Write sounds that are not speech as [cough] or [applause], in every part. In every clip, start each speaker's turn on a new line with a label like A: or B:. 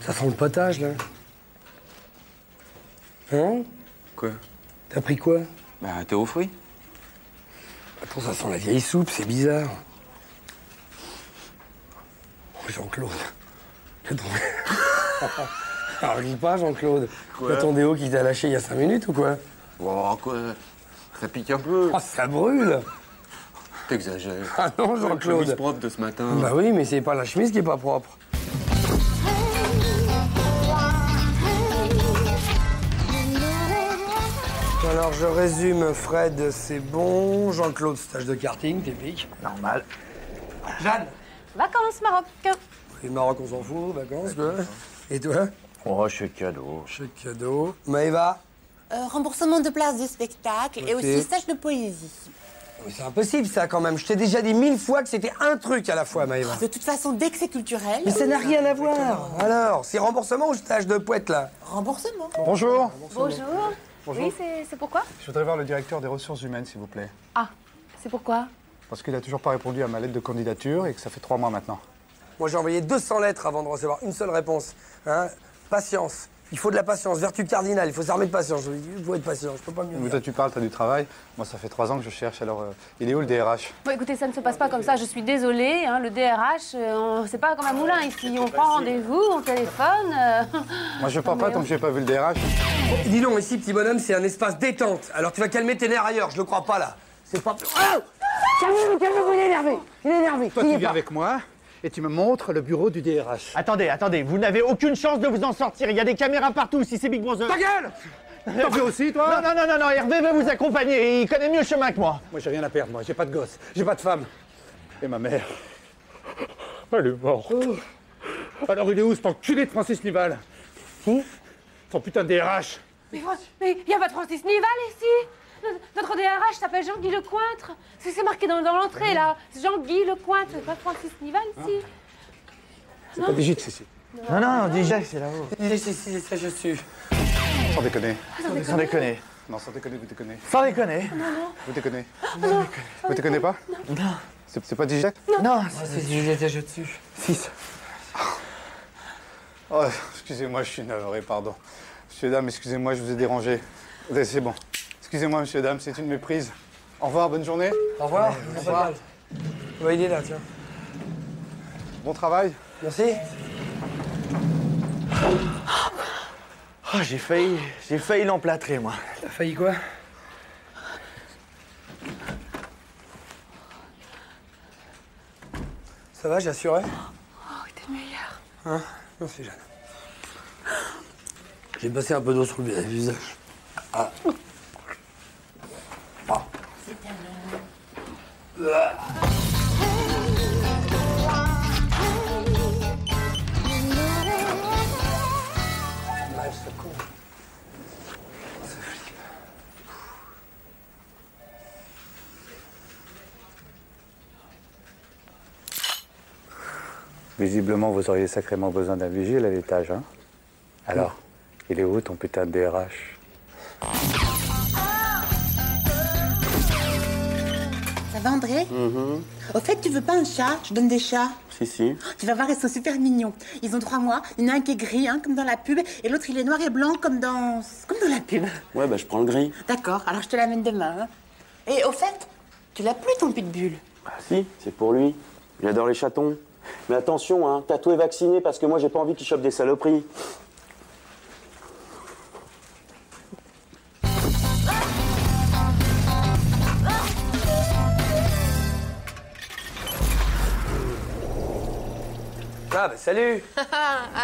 A: Ça sent le potage, là. Hein
B: Quoi
A: T'as pris quoi
B: Bah, t'es aux fruits
A: Attends, ça sent la vieille soupe, c'est bizarre. Oh, Jean-Claude. T'as ton- [laughs] Alors, ris pas, Jean-Claude. T'as ton déo qui t'a lâché il y a 5 minutes ou quoi
B: Oh, quoi Ça pique un peu
A: Oh, ça brûle
B: T'exagères.
A: Ah non,
B: Avec le
A: Jean-Claude.
B: propre de ce matin.
A: Bah oui, mais c'est pas la chemise qui est pas propre. Alors, je résume, Fred, c'est bon. Jean-Claude, stage de karting, typique. Normal. Jeanne
C: Vacances Maroc.
A: Les Maroc, on s'en fout, vacances, quoi. Et toi
D: Oh, je suis cadeau.
A: Chèque cadeau. Maëva
E: Euh, remboursement de place de spectacle et
A: Ok.
E: aussi stage de poésie.
A: Mais c'est impossible, ça, quand même. Je t'ai déjà dit mille fois que c'était un truc à la fois, Maëva.
E: De toute façon, dès que c'est culturel.
A: Mais ça n'a rien à
E: Exactement.
A: voir. Alors, c'est remboursement ou stage de poète, là
E: Remboursement.
F: Bonjour,
C: Bonjour. Oui, c'est c'est pourquoi
F: je voudrais voir le directeur des ressources humaines, s'il vous plaît.
C: Ah, c'est pourquoi
F: Parce qu'il n'a toujours pas répondu à ma lettre de candidature et que ça fait trois mois maintenant.
A: Moi, j'ai envoyé 200 lettres avant de recevoir une seule réponse. Hein patience. Il faut de la patience. Vertu cardinale. Il faut s'armer de patience. Je vous dis, Il faut être patient. Je peux pas mieux
F: Mais
A: dire.
F: Toi, tu parles, tu as du travail. Moi, ça fait trois ans que je cherche, alors euh, il est où le DRH
C: Bon, écoutez, ça ne se passe pas comme ça. Je suis désolée. hein, le DRH, euh, on- c'est pas comme un moulin ici. On prend rendez-vous, on téléphone. euh.
F: Moi, je pars pas tant que j'ai pas vu le DRH.
A: Dis donc, ici, petit bonhomme, c'est un espace détente. Alors, tu vas calmer tes nerfs ailleurs. Je le crois pas, là. C'est pas... Oh Calmez-vous, calmez-vous, il est énervé. Il est énervé.
F: Toi, tu viens avec moi et tu me montres le bureau du DRH.
D: Attendez, attendez, vous n'avez aucune chance de vous en sortir. Il y a des caméras partout si c'est Big Brother. Euh,
F: Ta gueule T'en fais aussi, toi
D: Non, non, non, non, non, Hervé veut vous accompagner. Il connaît mieux le chemin que moi.
F: Moi, j'ai rien à perdre, moi. J'ai pas de gosse, j'ai pas de femme. Et ma mère Elle est morte. Alors, il est où cet enculé de Francis Nival Qui Son putain de DRH
C: Mais Fran- mais il n'y a pas de Francis Nival ici Notre- Notre DRH s'appelle Jean-Guy Lecointre. C'est c'est marqué dans, dans l'entrée, là. C'est Jean-Guy Lecointre, c'est pas Francis Nival ici.
F: C'est pas Brigitte, Cécile.
D: Non, non, déjà, c'est là-haut.
A: je suis.
F: Sans déconner.
D: Sans déconner.
F: Non, sans déconner, vous déconnez.
D: Sans déconner.
F: Vous déconnez. Vous déconnez pas Non. C'est c'est pas Dijac
D: Non,
E: Ah,
A: C'est Juliette, je dessus.
F: Fils. Oh, excusez-moi, je suis navré, pardon. Monsieur, dame, excusez-moi, je vous ai dérangé. Attendez, C'est bon. Excusez-moi, monsieur, dame, c'est une méprise. Au revoir, bonne journée.
A: Au revoir. Au revoir. Ouais, il est là, tiens.
F: Bon travail.
A: Merci.
D: Oh, j'ai failli, j'ai failli l'emplâtrer, moi.
A: T'as failli quoi Ça va, j'assurais
C: Oh, t'es le meilleur.
A: Hein Merci, Jeanne. J'ai passé un peu d'eau sur le visage. Mal, ce Ah, con. Ça flippe.
F: Visiblement, vous auriez sacrément besoin d'un vigile à l'étage, hein Alors, il est où ton putain de DRH
E: Ça va, André
A: Mhm.
E: Au fait, tu veux pas un chat Je donne des chats. Oh,
B: Si, si.
E: Tu vas voir, ils sont super mignons. Ils ont trois mois. Il y en a un qui est gris, hein, comme dans la pub, et l'autre, il est noir et blanc, comme dans... comme dans la pub.
B: Ouais, bah, je prends le gris.
E: D'accord, alors je te l'amène demain. hein. Et au fait, tu l'as plus, ton pitbull
B: Ah, si, c'est pour lui. Il adore les chatons. Mais attention, hein, tatoué vacciné parce que moi, j'ai pas envie qu'il chope des saloperies.
A: Ah, bah salut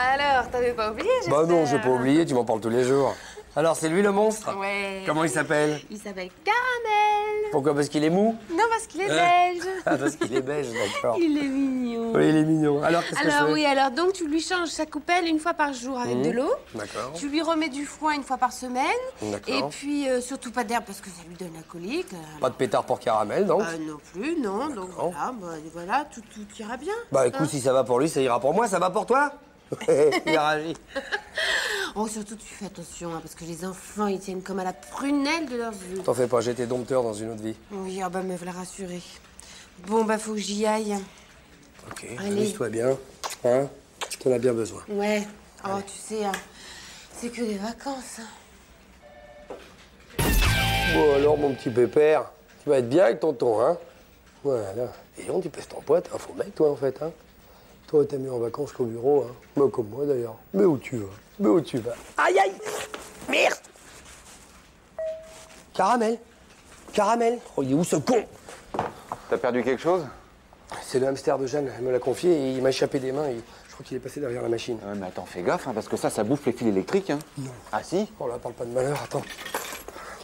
C: Alors, t'avais pas oublié,
A: Ah, Bah non, j'ai pas oublié, tu m'en parles tous les jours. Alors, c'est lui le monstre
C: Ouais.
A: Comment il s'appelle
C: Il s'appelle Caramel.
A: Pourquoi Parce qu'il est mou
C: Non, parce qu'il est
A: Ouais.
C: belge.
A: Ah, Parce qu'il est belge, d'accord.
C: Il est mignon.
A: Oui, il est mignon. Alors, qu'est-ce que je
C: Alors
A: fais
C: oui, alors donc tu lui changes sa coupelle une fois par jour avec de l'eau.
A: D'accord.
C: Tu lui remets du foin une fois par semaine. Et
A: D'accord.
C: puis euh, surtout pas d'herbe parce que ça lui donne la colique. Euh,
A: Pas de pétard pour caramel, donc
C: euh, non plus, non. Donc
A: D'accord.
C: voilà, bah, voilà tout, tout ira bien.
A: Bah, écoute, si ça va pour lui, ça ira pour moi. Ça va pour [laughs] toi Il a réagi.
C: Oh, surtout tu fais attention hein, parce que les enfants ils tiennent comme à la prunelle de leurs yeux.
A: T'en fais pas, j'étais dompteur dans une autre vie.
C: Oui, ah bah me voilà rassurée. Bon bah faut que j'y aille.
A: Ok,
C: Allez.
A: amuse-toi bien. Hein T'en as bien besoin.
C: Ouais. Oh tu sais, hein, c'est que les vacances. hein.
A: Bon, alors, mon petit pépère, tu vas être bien avec tonton, hein Voilà. Et donc, tu pèses ton pote, un faux mec, toi, en fait, hein Toi, t'as mis en vacances qu'au bureau, hein Moi, comme moi, d'ailleurs. Mais où tu vas Mais où tu vas Aïe, aïe Merde Caramel Caramel Oh, il est où ce con
G: T'as perdu quelque chose
A: C'est le hamster de Jeanne, elle me l'a confié et il m'a échappé des mains et je crois qu'il est passé derrière la machine.
G: Ouais, mais attends, fais gaffe, hein, parce que ça, ça bouffe les fils électriques. Hein. Ah si
A: Oh là, parle pas de malheur, attends.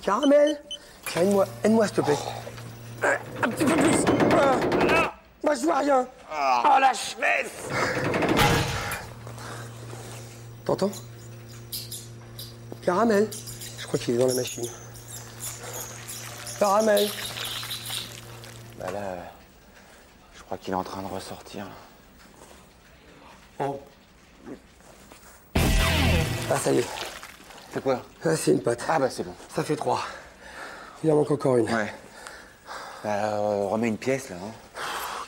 A: Caramel Tiens, aide-moi, aide-moi, s'il te plaît. Euh, Un petit peu plus Ah, ah, Moi, je vois rien Oh, la chemise T'entends Caramel Je crois qu'il est dans la machine. Caramel
G: Bah là, euh, je crois qu'il est en train de ressortir. là.
A: Ah, ça y est,
G: C'est quoi
A: Ah, c'est une patte.
G: Ah bah c'est bon.
A: Ça fait trois. Il en manque encore une.
G: Ouais. Bah, euh, remets une pièce, là. hein.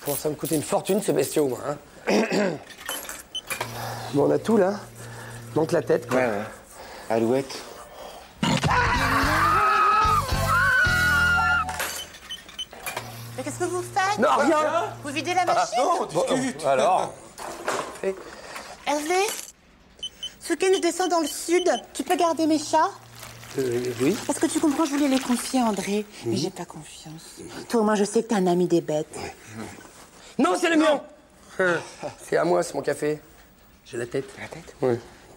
A: Comment ça me coûter une fortune, ces bestiaux, moi. hein. [clears throat] bon, on a tout, là. Manque la tête, quoi.
G: Ouais, ouais. Alouette.
E: Mais qu'est-ce que vous faites
A: Non, Ah, rien
E: Vous videz la machine
A: Alors
E: Hervé Ce week-end, je descends dans le sud. Tu peux garder mes chats
A: Euh, Oui
E: Parce que tu comprends, je voulais les confier à André. Mais j'ai pas confiance. Toi, au moins, je sais que t'es un ami des bêtes.
A: Non, c'est le mien [laughs] C'est à moi, c'est mon café. J'ai la tête. La tête Oui.